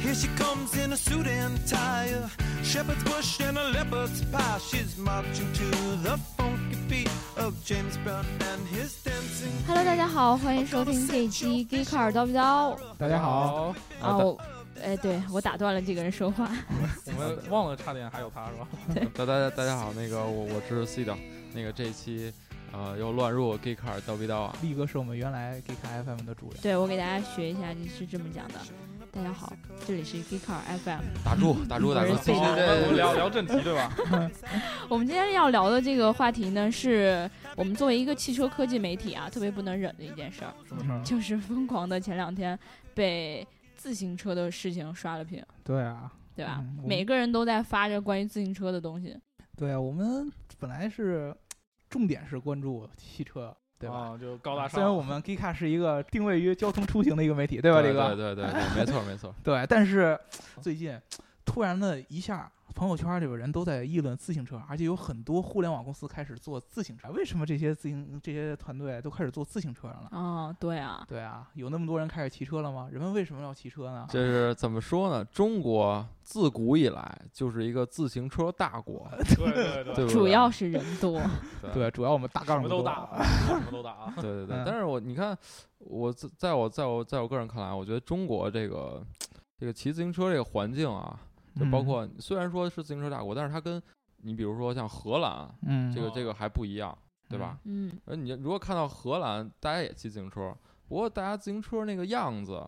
Here she comes in a suit and tie, a shepherd's bush and a leopard's pie. She's marching to the funky beat of James Brown and his dancing. Hello，大家好，欢迎收听这一期《g e e k a r 叨不叨》大家好，啊，哦我，哎，对我打断了这个人说话，我们忘了差点还有他是吧？ 大大家大家好，那个我我是 C 的，那个这一期呃又乱入 g e e k a r 叨逼叨啊，力哥是我们原来 g e k FM 的主人，对我给大家学一下，就是这么讲的。大家好，这里是 g e e k a r FM，打住 打住打住，我是今 C 天我这们聊聊正题对吧？我们今天要聊的这个话题呢，是我们作为一个汽车科技媒体啊，特别不能忍的一件事儿，什么事儿？就是疯狂的前两天被自行车的事情刷了屏，对啊，对吧？嗯我每个人都在发着关于自行车的东西，对啊，我们本来是重点是关注汽车，对吧？啊？就高大虽然上，我们 Gika 是一个定位于交通出行的一个媒体，对吧，对李哥？对对对对，没错没错，对但是最近突然的一下，朋友圈里边人都在议论自行车，而且有很多互联网公司开始做自行车。为什么这些自行这些团队都开始做自行车了呢？哦，对啊，对啊，有那么多人开始骑车了吗？人们为什么要骑车呢？这是怎么说呢？中国自古以来就是一个自行车大 国，对对，对对不对？主要是人多，对对，主要我们大什杠么子都 多打，什么都打啊！对对对嗯，但是我你看我在在我在我在我个人看来，我觉得中国这个这个骑自行车这个环境啊，嗯就嗯包括虽然说是自行车大国，但是它跟你比如说像荷兰啊嗯，这嗯个这个还不一样，对吧？ 嗯，而你如果看到荷兰，大家也骑自行车，不过大家自行车那个样子，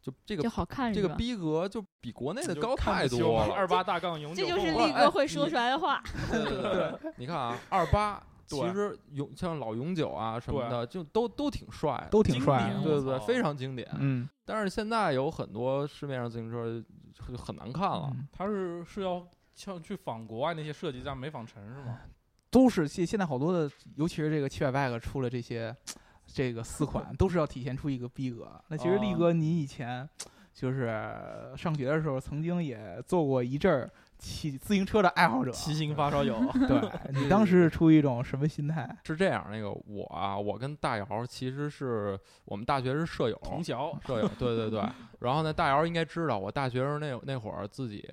就这就个好看这是个吧？逼格就比国内的就高看太不起我多们 了。二八大杠永久这就是共我和力哎哥会说你出来的话，对对对， 对你看啊，二八对其实永像老永久啊什么的，就都都挺帅的，都挺帅经啊，典对对对，我操非常经典。嗯，但是现在有很多市面上自行车就就很难看了，嗯他是是要像去仿国外那些设计，但没仿成是吗？都是现现在好多的，尤其是这个七百 bag 出了这些，这个四款都是要体现出一个逼格。那其实力哦哥，你以前就是上学的时候，曾经也做过一阵儿骑自行车的爱好者。骑行发烧 友，对你当时是出于一种什么心态？是这样。那个我啊，我跟大姚其实是我们大学是舍友，同校舍友，对对对。然后呢，大姚应该知道，我大学时候那那会儿自己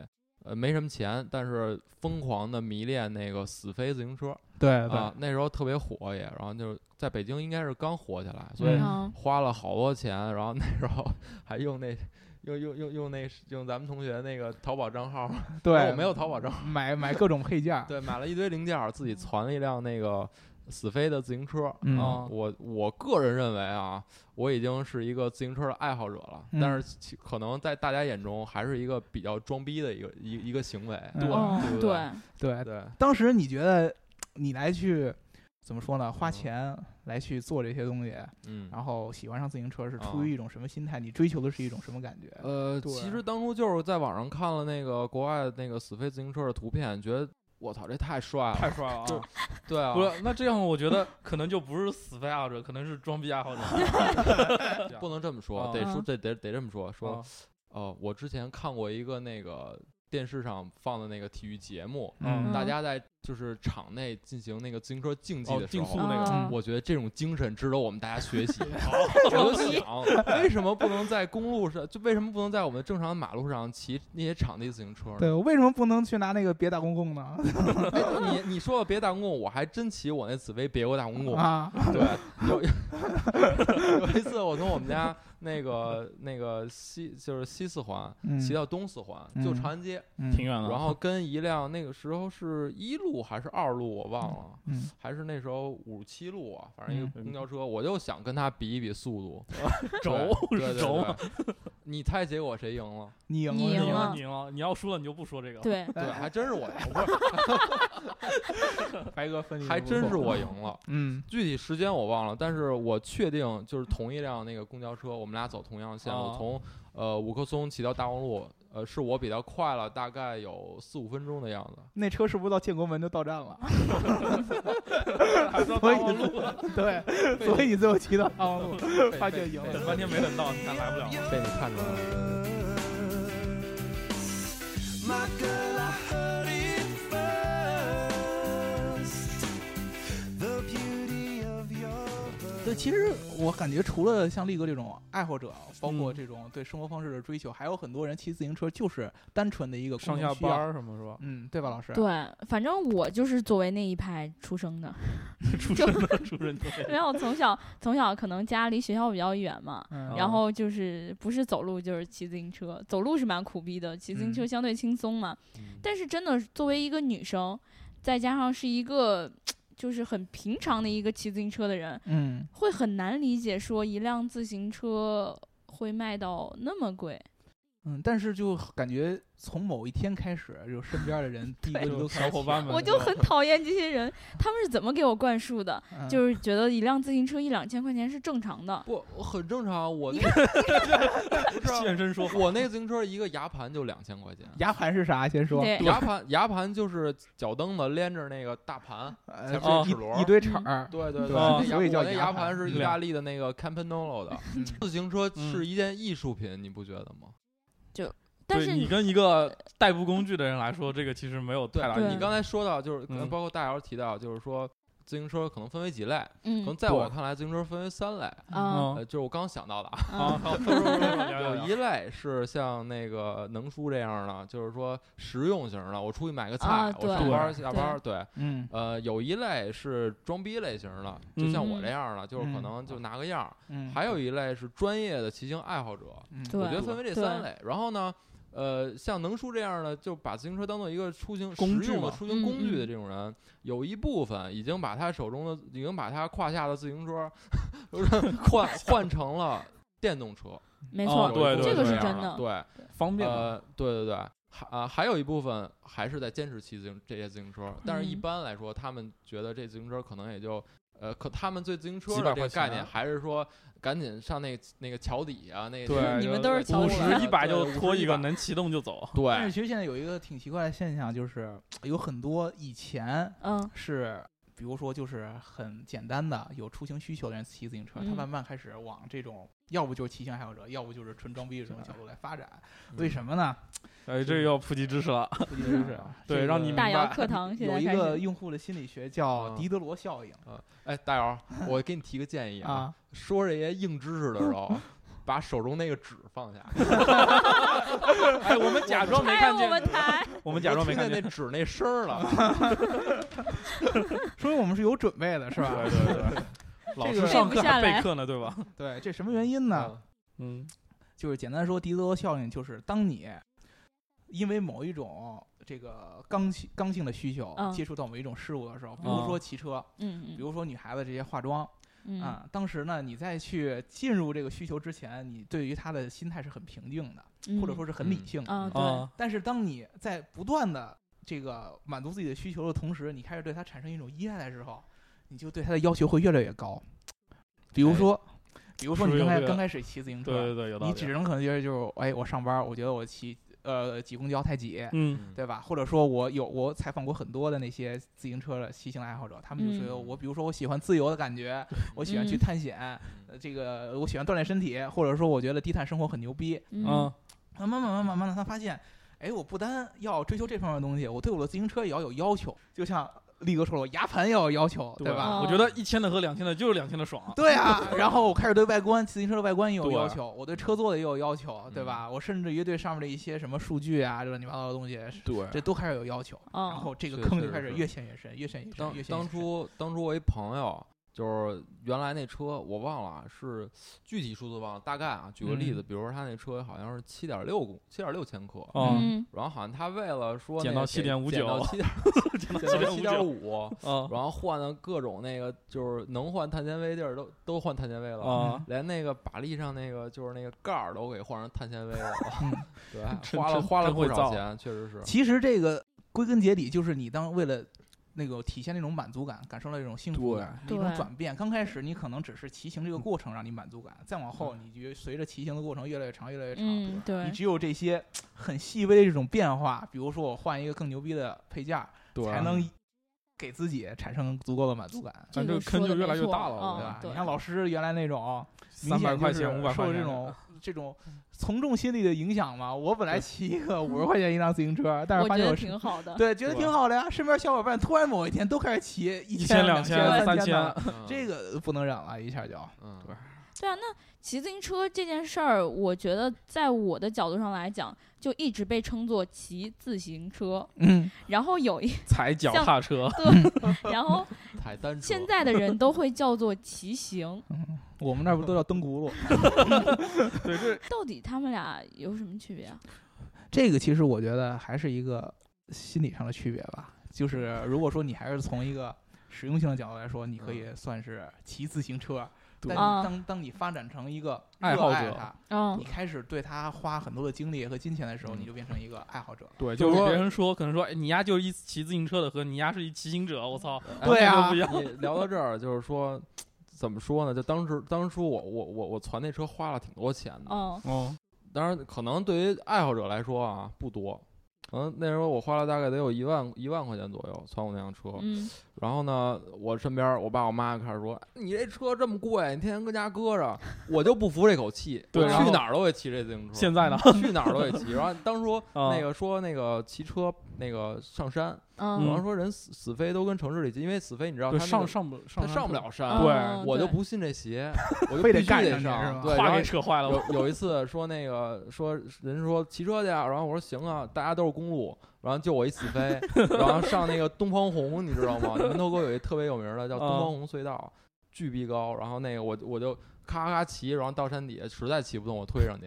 呃没什么钱，但是疯狂的迷恋那个死飞自行车哎对啊，那时候特别火也，然后就是在北京应该是刚火起来，所以嗯嗯，花了好多钱，然后那时候还用那。用用用用那用咱们同学那个淘宝账号，哦对，我没有淘宝账号，买买各种配件儿。对，买了一堆零件儿，自己攒了一辆那个死飞的自行车。嗯啊，我我个人认为啊，我已经是一个自行车的爱好者了，嗯但是其可能在大家眼中还是一个比较装逼的一个一一个行为。嗯哦，对不对对，对，对，当时你觉得你来去怎么说呢？花钱来去做这些东西，嗯。然后喜欢上自行车是啊出于一种什么心态？你追求的是一种什么感觉？呃，对其实当初就是在网上看了那个国外那个死飞自行车的图片，觉得我操，这太帅了！太帅了啊！对啊，不是，那这样我觉得可能就不是死飞爱好者，可能是装逼爱好者。不能这么说，啊得说嗯得得得这么说，说啊哦，我之前看过一个那个电视上放的那个体育节目，嗯大家在就是场内进行那个自行车竞技哦的时竞候，速那个嗯我觉得这种精神值得我们大家学 习。好，我就想，为什么不能在公路上，就为什么不能在我们正常的马路上骑那些场地自行车呢？对，我为什么不能去拿那个别打公公呢？哎你你说的别大公共，我还真骑我那紫薇别过大公共。啊，对，有有 一次我从我们家那个那个西就是西四环嗯骑到东四环，就嗯长安街。嗯挺远的。然后跟一辆那个时候是一路还是二路我忘了，嗯还是那时候五七路啊，反正一个嗯公交车，我就想跟他比一比速度， 轴对是对轴吗对对你猜结果谁赢了？你赢你你了，赢赢了，了你赢了，你要输了你就不说这个了。对，对，还真是我赢，不白哥分是，析，还真是，我赢了。嗯具体时间我忘了，但是我确定就是同一辆那个公交车，我们俩走同样的线哦路，从呃五棵松骑到大望路，呃，是我比他快了大概有四五分钟的样子。那车是不是到建国门就到站了？ 还说大望路，对，所以最后骑到大望路，发被现赢等了。半天没等到，你看来不了了。被你看出来了。 My girl, I heard it first. The beauty of your 这 voice. 其其实我感觉，除了像力哥这种爱好者，包嗯括这种对生活方式的追求，还有很多人骑自行车就是单纯的一个上公共下需要班，儿什么是吧？嗯，对吧，老师？对，反正我就是作为那一派出生的， 出生的出生 的，因为我从小从小可能家离学校比较远嘛，啊哦嗯，然后就是不是走路就是骑自行车，走路是蛮苦逼的，骑自行车嗯相对轻松嘛。嗯但是真的作为一个女生，再加上是一个就是很平常的一个骑自行车的人，嗯，会很难理解说一辆自行车会卖到那么贵。嗯，但是就感觉从某一天开始，就身边的人第一个就都小伙嗯伴们我就很讨厌这些人，他们是怎么给我灌输的？是就是觉得一辆自行车一两千块钱是正常的。不，我很正啊常。我你那不是啊现身说法。我那自行车一个牙盘就两千块钱，牙盘是啥？先说，对，牙盘牙盘就是脚蹬子连着那个大盘，呃才这不是齿轮嗯一一堆齿儿，对对对那牙所以叫我那牙牙盘盘是意大利的那个 Campanolo 的。嗯自行车嗯是一件艺术品，你不觉得吗？但对是你跟一个代步工具的人来说，这个其实没有太大对意你义。刚才说到，就是呃嗯包括大姚提到，就是说自行车可能分为几类，可能嗯在我对看来，自行车分为三类。啊嗯呃，就是我刚想到的啊，啊，啊好，说说说说聊有聊一类是像那个能叔这样的，就是说实用型的，我出去买个菜，啊我对上班儿下班儿，对，嗯呃，有一类是装逼类型的，就像我这样的，就是可能就拿个样儿，嗯，还有一类是专业的骑行爱好者，嗯对我觉得分为这三对类。然后呢，呃，像能叔这样的，就把自行车当做一个出行工具实用的嘛出行工具嗯嗯的这种人，有一部分已经把他手中的，已经把他胯下的自行车， 就是 换换成了电动车。没错，哦对对这个是对真的。对，方便嘛。呃，对对对，还啊、还有一部分还是在坚持骑自行这些自行车，但是一嗯般来说，他们觉得这自行车可能也就。呃，可他们对自行车几的百这个块概钱啊念，还是说赶紧上那那个桥底啊，那对那你个们都是对桥五底啊对十一百就对拖一个， 50能骑动就走。但是对，其实现在有一个挺奇怪的现象，就是有很多以前嗯，是，比如说就是很简单的有出行需求的人骑自行车，他嗯慢慢开始往这种要不就是骑行爱好者，要不就是纯装逼这种角度来发展。嗯为什么呢？哎，这个要普及知识了。估计就是这对个让你大明姚白课堂现有在一开个始，用户的心理学叫嗯狄德罗效应嗯，哎，大姚，我给你提个建议啊，啊，说这些硬知识的时候，把手中那个纸放下，哎，我们假装没哎，看我们见， 台，我们假装没看听见见。那纸那声儿 了。说明我们是有准备的，是对吧？对对，老这师个上课背不下还来备课呢，对吧？对，这什么原因呢？嗯嗯，就是简单说，狄德罗效应就是当你因为某一种这个刚性刚性的需求嗯接触到某一种事物的时候，比如嗯说骑车，嗯比如说女孩子这些化妆。嗯啊，当时呢，你在去进入这个需求之前，你对于他的心态是很平静的，嗯，或者说是很理嗯性的。啊，对，啊，但是当你在不断的这个满足自己的需求的同时，你开始对他产生一种依赖的时候，你就对他的要求会越来越高。比如哎说，比如说是你刚有开这刚个开始骑自行对车，对对，有道你理。只能可能觉得就是，哎，我上班，我觉得我骑呃挤公交太挤，嗯，对吧？或者说我有我采访过很多的那些自行车的骑行爱好者，他们就说嗯我，比如说我喜欢自由的感 觉，我喜欢去嗯探险，呃这个我喜欢锻炼身体，或者说我觉得低碳生活很牛逼。嗯啊，慢慢慢慢慢慢的，他发现，哎，我不单要追求这方面的东西，我对我的自行车也要有要求。就像力哥说了，我牙盘也要有要求，对吧？哦我觉得一千的和两千的就是两千的爽。对 啊，然后我开始对外观，自行车的外观也有对要求，我对车座也有要求，对吧？嗯我甚至于对上面的一些什么数据啊，乱七八糟的东西，对这都开始有要求。然哦，后这个确坑确就开实始是越陷越深，越陷越深，当越陷越当深。初当初我一朋友，就是原来那车我忘了啊是具体数字忘了，大概啊，举个例子，比如说他那车好像是七点六公七点六千克，啊嗯然后好像他为了说减那个到给7.59减到七点减到七点五，啊然后换了各种那个就是能换碳纤维地儿都都换碳纤维哦了。嗯啊，连那个把力上那个就是那个盖儿都给换成碳纤维了，对，真花了真花了真会不少造钱，确实是。其实这个归根结底就是你当为了。那个体现那种满足感，感受到一种幸福感，一对种对转变。刚开始你可能只是骑行这个过程让你满足感，再往后你就随着骑行的过程越来越长，越来越长，嗯，你对，只有这些很细微的这种变化，比如说我换一个更牛逼的配件儿，对，啊才能给自己产生足够的满足感，这咱这个个坑说就得越没来越错大了我对嗯吧？对你像老师原来那种，明300显块就是钱500块受这钱种这种从众心理的影响嘛。我本来骑一 个五十块钱一辆自行车，但我是发觉现得我是挺好的。对觉得对挺好的呀，身边小伙伴突然某一天都开始骑一一千、两两千三三的，嗯这个不能忍了，一下就嗯对对啊，那骑自行车这件事儿，我觉得在我的角度上来讲，就一直被称作骑自行车。 嗯，然后有一踩脚像踏车，对，然后踩单车现在的人都会叫做骑行。我们那儿不都叫蹬轱辘？对，这到底他们俩有什么区别啊？ 这个其实我觉得还是一个心理上的区别吧。就是如果说你还是从一个实用性的角度来说，你可以算是骑自行车。但啊你当当你发展成一个爱热好爱者它嗯你，开始对嗯它花很多的精力和金钱的时候，你就变成一个爱好者了。对，就是是说别人说，可能说，哎，你丫就是一骑自行车的，和你丫是一骑行者，我操，哎对那就啊不一样你 聊到这儿，就是说，怎么说呢？就当时当初我我我我攒那车花了挺多钱的，嗯，哦，当然可能对于爱好者来说啊不多，可能那时候我花了大概得有一万一万块钱左右攒我那辆车。嗯，然后呢，我身边我爸我妈开始说：“你这车这么贵，你天天搁家搁着。”我就不服这口气， 对我然去后哪儿都会骑这自行车，现在呢？去哪儿都会骑。然后当初 啊那个说那个骑车那个上山，嗯，然后说人死死飞都跟城市里骑，因为死飞你知道他对，那上个上不他上山上不特了山，嗯对嗯我就对不信 这邪，我就非必得须干得上去是上。吧对，然话后给扯坏了，我有有一次说那个说人说骑车去啊，然后我说行啊，大家都是公路，然后就我一死飞，然 后上那个东方红，你知道吗？门头沟有一特别有名的叫东啊方嗯红隧道，巨逼高，然后那个我我就。咔咔骑，然后到山底下实在骑不动，我推上去，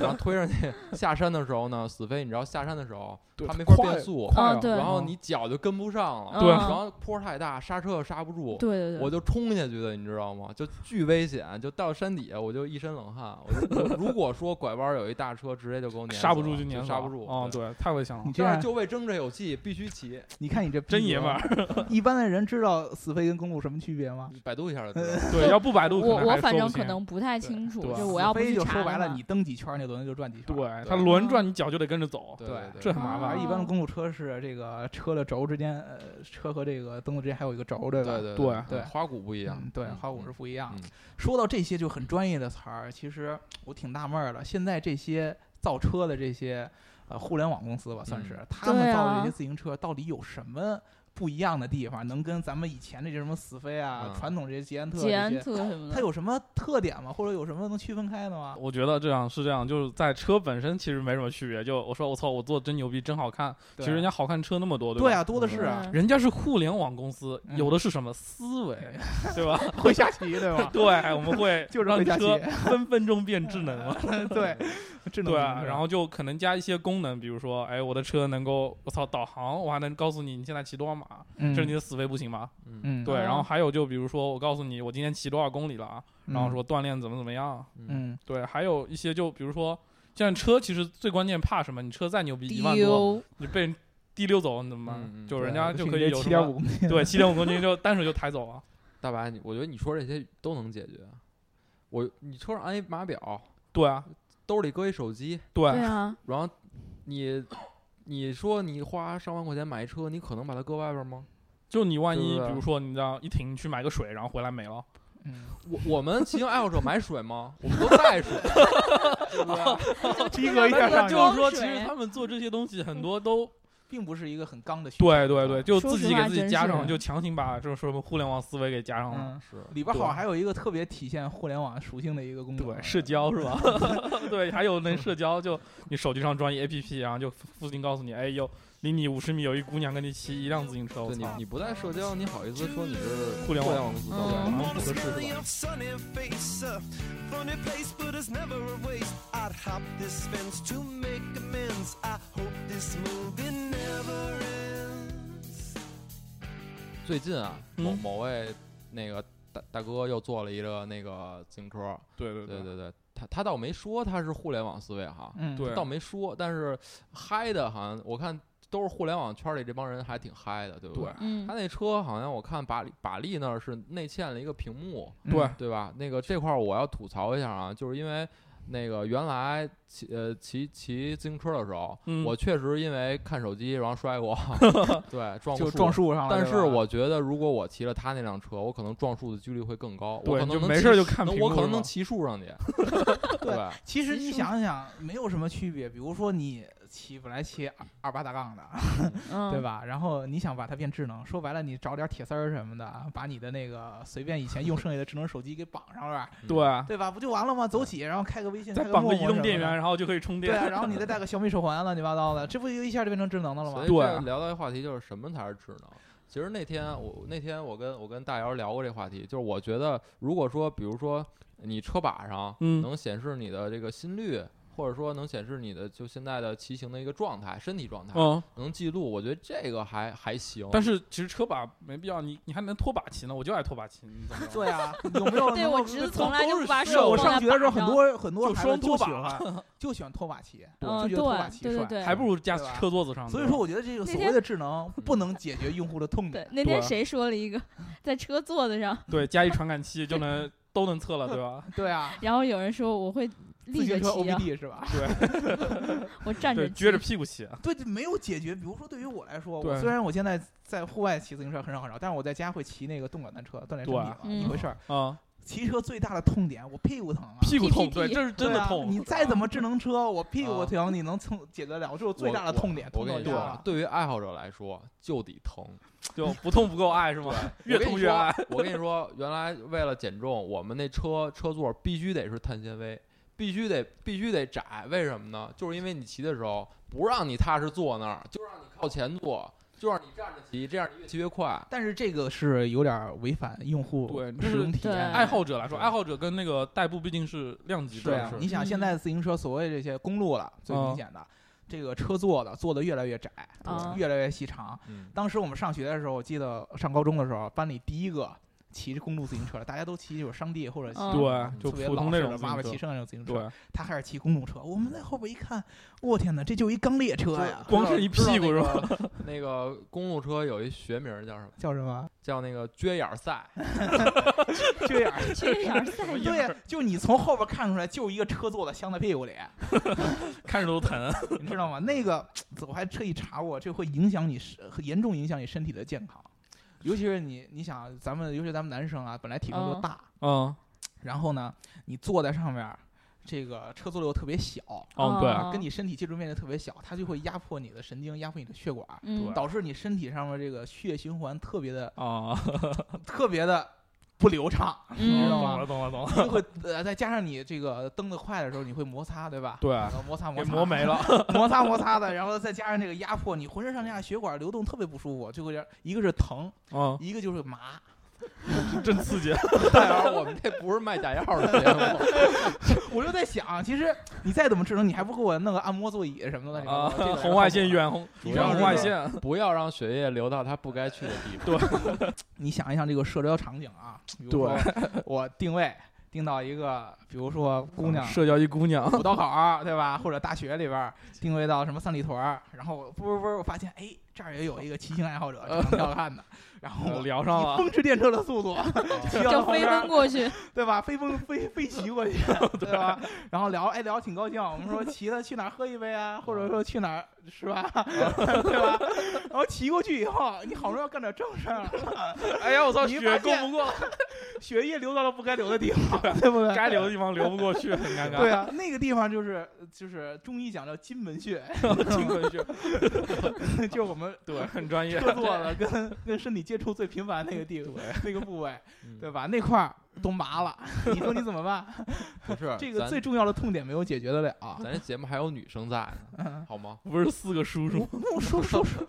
然后推上去下山的时候呢，死飞，你知道下山的时候对它它没法快变速，快啊了对然嗯后你脚就跟不上了，对然后坡太大，刹车又刹不住，嗯对对对，我就冲下去的，你知道吗？就巨危险，就到山底下，我就一身冷汗。我就我如果说拐弯有一大车，直接就给我撵死了， 刹不住就碾死刹了不住。啊，对，太危险了你，这但是样，就为争这口气，必须骑。你看你这真爷们儿。儿，啊一般的人知道死飞跟公路什么区别吗？百度一下就知道了。对，要不百度，我我反正可可能还说能不太清楚，对就我要死不飞去啊就查说的白了，话你蹬几圈，那轮子就转几圈。不清，对，它轮转你脚就得跟着走，对对这对很麻而烦哦，一般的公路车是这个车的轴之间，呃，车和这个蹬子之间还有一个轴，对吧？对对对对花鼓不一样嗯，。对，嗯花鼓是不一样的嗯。说到这些就很专业的词儿，其实我挺纳闷儿的。现在这些造车的这些呃互联网公司吧，算是他对们造的啊这些自行车到底有什么不一样的地方，能跟咱们以前这些什么死飞啊、嗯传统这些捷安特捷安这些，特什么的，它有什么特点吗？或者有什么能区分开的吗？我觉得这样是这样，就是在车本身其实没什么区别。就我说我操，我做的真牛逼，真好看。其对实人家好看车那么多，对吧？啊，多的是啊，嗯人家是互联网公司，嗯有的是什么 思维，嗯对吧？会下棋对吧？ 对，我们会 就是让会下棋车分分钟变智 能了，对，智能自行对啊。车然后就可能加一些功能，比如说，哎，我的车能够我操导航，我还能告诉你你现在骑多少码，嗯这是你的死维不行吗？嗯嗯对。哦然后还有就比如说，我告诉你我今天骑多少公里了啊，然后说锻炼怎么怎么样，嗯对，还有一些就比如说，现在车其实最关键怕什么？你车再牛逼，一万多，丢，你被人滴溜走，你怎么嗯办？嗯就人啊家就可以有七什 点么五公斤，对七点五公斤就单手就抬走啊了。大白，你我觉得你说这些都能解决。我你车上安一码表，对啊，兜里搁一手机，对对 啊，然后你你说你花上万块钱买一车，你可能把它搁外边吗？就你万一对比如说你这样一停去买个水，然后回来没了，嗯我我们骑行爱好者买水吗？ 我们都带水，对不对？逼格一下上那去去就是说，其装水实他们做这些东西很多都并不是一个很刚的需求。 对对对，就说自实己给话自己真加是上，就强行把这种什么互联网思维给加上了。嗯，是里边好像对还有一个特别体现互联网属性的一个功能，对，社交是吧？嗯 对，还有那社交，就你手机上装一 APP，然后就附近告诉你，哎，有离你五十米有一姑娘跟你骑一辆自行车，我对你操！你不在社交，你好意思说你是互联网公司的？嗯然后 Wanna 不合适 smell 是吧？ your sunny face, a funny place, but it's never a waste. I'd hop this fence to make amends. I hope this movie never ends. 最近啊，某嗯某位那个大大哥又做了一个那个自行车，对对对对对，他他倒没说他是互联网思维哈， 嗯，对倒没说，但是嗨的好像我看都是互联网圈里这帮人还挺嗨的，对不对嗯他，那车好像我看把力把力那儿是内嵌了一个屏幕，嗯对对吧？那个这块儿我要吐槽一下啊，就是因为那个原来骑呃骑骑自行车的时候，嗯我确实因为看手机然后摔 过，对，撞就过撞树。树上了。但对吧是我觉得，如果我骑了他那辆车，我可能撞树的几率会更高。我对可能你就能没骑事儿就看能屏我幕可能是能吗骑树上去， 对对吧？其实骑你树想想，没有什么区别。比如说你骑本来骑二二八大杠的，嗯，对？吧？然后你想把它变智能，说白了，你找点铁丝儿什么的，啊把你的那个随便以前用剩下的智能手机给绑上了，对，啊对吧？不就完了吗？走起，然后开个微信，再开绑陌个陌移什动么电的源，然后就可以充对电。啊，然后你再带个小米手环，乱七八糟的，这不就一下就变成智能的了所吗以？对这聊到一话题就是什么才是智能。其实那天我那天我跟我跟大姚聊过这话题，就是我觉得如果说，比如说你车把上嗯能显示你的这个心率，或者说能显示你的就现在的骑行的一个状态、身体状态，嗯，能记录，我觉得这个还还行。但是其实车把没必要，你你还能拖把骑呢，我就爱拖把骑，你怎么着？对啊，有没有？ 对我侄子从来就不把是我手上放学在的时候，把很上。多很多就孩双子都拖喜把欢，就喜欢拖把骑，嗯就觉得拖对把骑对对帅。对还不如架对吧车座子上呢。所以说，我觉得这个那所天谓的智能不能解决用户的痛啊对点，，那对天谁说了一个在车座子上，对加一传感器就能都能测了，对吧？对啊，然后有人说我会自立着行车骑啊， OBD 是吧？ 我站着对，骑撅着屁股啊骑。对，这没有解决。比如说，对于我来说，我对虽然我现在在户外骑自行车很少很少，但是我在家会骑那个动感单车，锻炼身体嘛，对一回事儿。啊，骑车最大的痛点，我屁股疼啊，屁股痛， PPT 对，这是真对的啊痛。你再怎么智能车，我屁股啊疼，你能从解决得了？这是我最大的痛点，我痛跟到你家说啊啊了，。对于爱好者来说，就得疼，就不痛不够爱是吗？越痛越爱。我跟你说，原来为了减重，我们那车车座必须得是碳纤维，必须得必须得窄。为什么呢？就是因为你骑的时候不让你踏实坐那儿，就让你靠前坐，就让你站着骑，这样你越骑越快。但是这个是有点违反用户对就是使用体对验。爱好者来说，对爱好者跟那个代步毕竟是量级是的，啊，你想现在自行车所谓这些公路了，最嗯明显的这个车座的做的越来越窄，啊越来越细长，嗯，当时我们上学的时候，我记得上高中的时候，班里第一个骑着公路自行车的，大家都骑就是山地或者骑嗯对，啊就特别普老通那式种的自妈妈行骑车，车那种自行车，对，他还是骑公路车。我们在后边一看，我天哪，这就一钢列车呀！光是一知道屁股是吧？那个 那个公路车有一学名儿叫什么？叫什么？叫那个撅眼儿赛， 这样。去哪儿 赛么道意对呀，就你从后边看出来，就一个车座的镶在屁股里，看着都疼。你知道吗？那个我还特意查过，这会影响你身，严重影响你身体的健康，尤其是你，你想咱们，尤其咱们男生啊，本来体重就嗯大，嗯，然后呢，你坐在上面儿，这个车座又特别小，哦对，啊跟你身体接触面积特别小，它就会压迫你的神经，压迫你的血管，嗯对导致你身体上面这个血液循环特别的、啊，特别的不流畅，嗯知道懂吗了？懂了懂了，就会呃，再加上你这个蹬得快的时候，你会摩擦，对吧？对然后摩擦给摩擦磨没 了。摩擦摩擦的，然后再加上这个压迫，你浑身上下血管流动特别不舒服，就会让一个是疼，嗯，一个就是麻。真刺激。大姚，我们这不是卖假药的 节目。我就在想，其实你再怎么智能，你还不给我弄个按摩座椅什么的？啊这个， 红外线远红，主远要红是外这线，不要让血液流到它不该去的地方。你想一想这个社交场景啊，比如说我定位定到一个，比如说姑娘社交一姑 娘， 五道口儿，对吧？或者大学里边儿定位到什么三里屯儿，然后我啵啵啵，我发现哎，这儿也有一个骑行爱 好者，长得挺好看的，然后我聊啊上以了。风驰电掣的 速度啊骑就到他旁飞 边奔儿，过去，对吧？飞奔飞飞骑 过去， 对吧？然后聊哎聊挺高兴，我们说骑了去哪儿喝一杯啊，或者说去哪儿是 吧？对吧？然后骑过去以后，你好不容易要干点正事儿了。 哎呀，我操，你血发供现不 过，血液流到了不该流的地 方，对不对？该流的地方流不过去，很尴尬。对啊，那个地方就是呃就是中医讲叫金门 穴，精神去，就是我们 对，很专业。车座的跟跟身体接触最频繁那个地那个部位，嗯对吧？那块儿都麻 了，你说你怎么办？不是这个咱最重要的痛点没有解决得了。啊咱这节目还有女生在呢，好吗？不是四个叔叔，我说说说，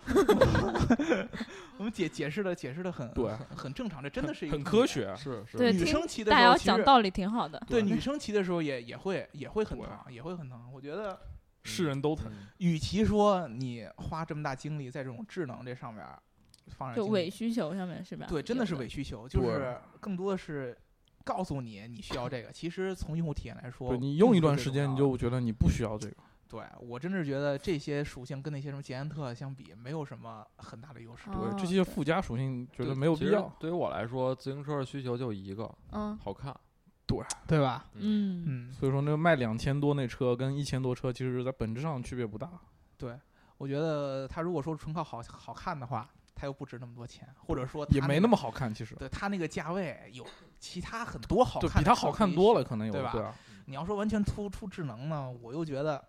我们解解释的解释的很对很很正常，这真的是一个很痛科点。学。是是，对女听生骑的时大候姚其实讲道理挺好的。对对女生骑的时候也也会也会很对疼，也会很疼。我觉得是人都疼。嗯与其说你花这么大精力在这种智能这上面儿放点就精力伪需求上面是吧？对，真的有是伪需求，就对是更多的是告诉你你需要这个。其实从用户体验来说，对你并用不一是段最时重间，要你的就觉得你不需要这个。对我真是觉得这些属性跟那些什么捷安特相比，没有什么很大的优势。对，哦这些附加属性觉得对没有其必实要。对于我来说，自行车的需求就一个， 嗯，好看。对，对吧？嗯，嗯，所以说那个卖两千多那车跟一千多车，其实在本质上区别不大。对，我觉得它如果说纯靠好好看的话，它又不值那么多钱，或者说也它没那那个么好看，其实对它那个价位有其他很多好对看，比它好看多了。了，可能有对吧对啊，你要说完全突出智能呢，我又觉得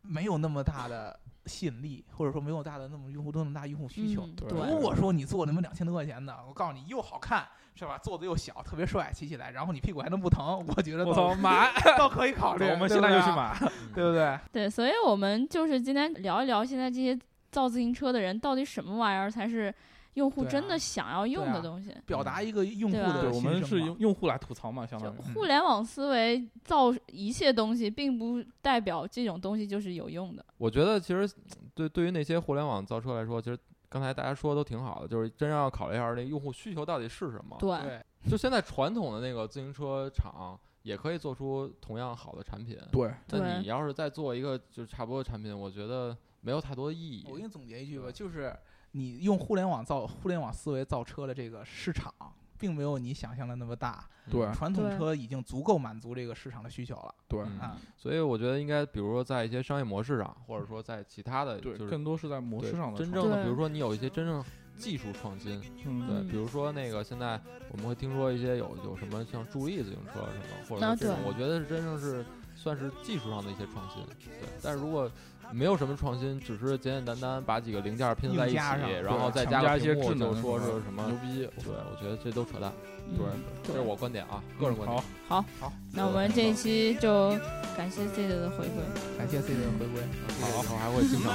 没有那么大的吸引力，或者说没有大的那么用户那么大用户需求。嗯对如对，果说你做那么两千多块钱的，我告诉你又好看是吧？做的又小，特别帅，骑起来，然后你屁股还能不疼，我觉得我倒操买， 倒可以考虑。我对们现不在对就去啊，买。嗯嗯对不对？对，所以我们就是今天聊一聊现在这些造自行车的人到底什么玩意儿才是用户对啊真的想要用对的啊东西。表达一个用户对啊吧的对，我们心是声嘛用用户来吐槽嘛，相当于。互联网思维造一切东西，并不代表这种东西就是有用的。我觉得其实对对于那些互联网造车来说，其实刚才大家说的都挺好的，就是真要考虑一下那个用户需求到底是什么。对，对就现在传统的那个自行车厂也可以做出同样好的产品，对，但对你要是再做一个就是差不多的产品，我觉得没有太多意义。哦嗯我给你总结一句吧，就是你用互联网造互联网思维造车的这个市场，并没有你想象的那么大。对传统对车已经足够满足这个市场的需求了对嗯啊。所以我觉得应该，比如说在一些商业模式上，或者说在其他的，对，就是更多是在模对式上的真创正的，对比如说你有一些真正技术创新，嗯对，嗯比如说那个现在我们会听说一些有有什么像助力自行车什么，或者啊说这种，对我觉得是真正是算是技术上的一些创新。对，但是如果没有什么创新，只是简简单单把几个零件拼在一硬加起，上然后对再强加个一些屏幕，智能就说什么是什么牛逼，对，我觉得这都扯淡，嗯对嗯这是我观点啊，个个人人观点。观点。好，好，那我们这一期就感谢 C 的回归，感嗯谢 C 的回归，好，我还会经常。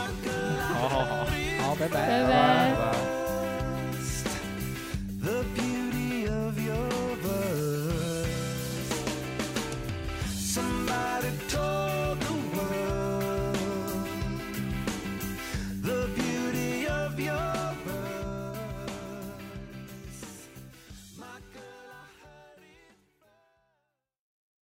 好好好。好，拜拜拜拜拜拜